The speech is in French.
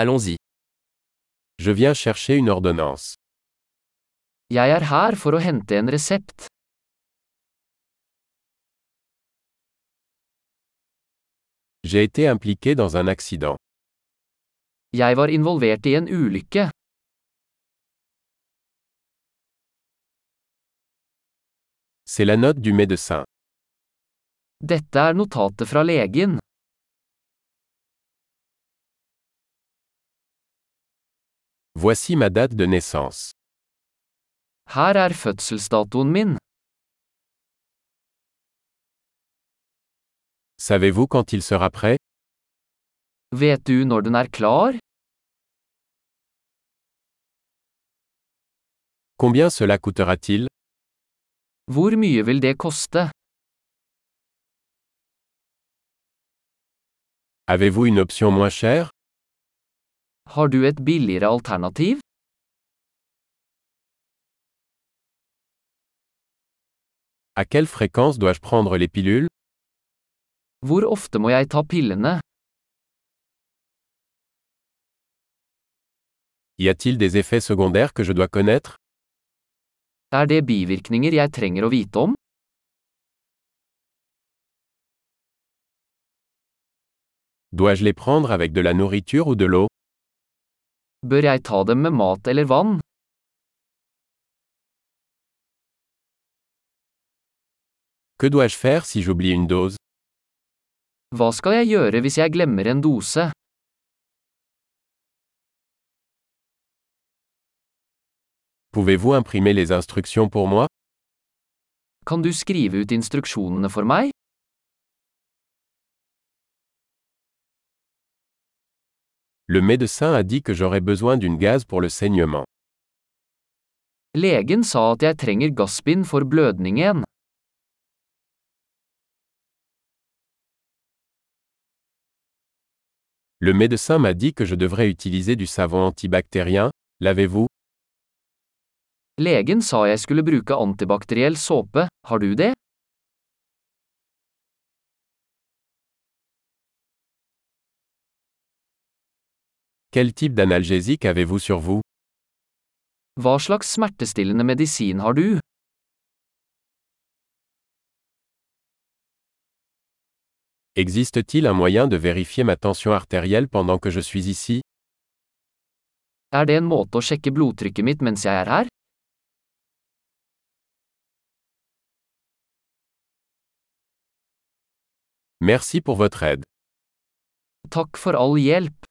Allons-y. Je viens chercher une ordonnance. Jeg er her for å hente en resept. J'ai été impliqué dans un accident. Jeg var involvert i en ulykke. C'est la note du médecin. Dette er notatet fra legen. Voici ma date de naissance. Her er fødselsdatoen min. Savez-vous quand il sera prêt Vet du når den er klar? Combien cela coûtera-t-il Hvor mye vil det koste? Avez-vous une option moins chère Har du et billigere alternativ? À quelle fréquence dois-je prendre les pilules Hvor ofte må jeg ta pillene? Y a-t-il des effets secondaires que je dois connaître Er det bivirkninger jeg trenger å vite om? Dois-je les prendre avec de la nourriture ou de l'eau Bør jeg ta dem med mat eller vann? Que dois-je faire si j'oublie une dose Hva skal jeg gjøre hvis jeg glemmer en dose? Pouvez-vous imprimer les instructions pour moi Kan du skrive ut instruksjonene for meg? Le médecin a dit que j'aurais besoin d'une gaz pour le saignement. Legen sa at jeg trenger gassbind for blødningen. Le médecin m'a dit que je devrais utiliser du savon antibactérien. L'avez-vous Legen sa jeg skulle bruke antibakteriell såpe, har du det? Quel type d'analgésique avez-vous sur vous Hva slags smertestillende medisin har du? Existe-t-il un moyen de vérifier ma tension artérielle pendant que je suis ici Er det en måte å sjekke blodtrykket mitt mens jeg er her? Merci pour votre aide. Takk for all hjelp.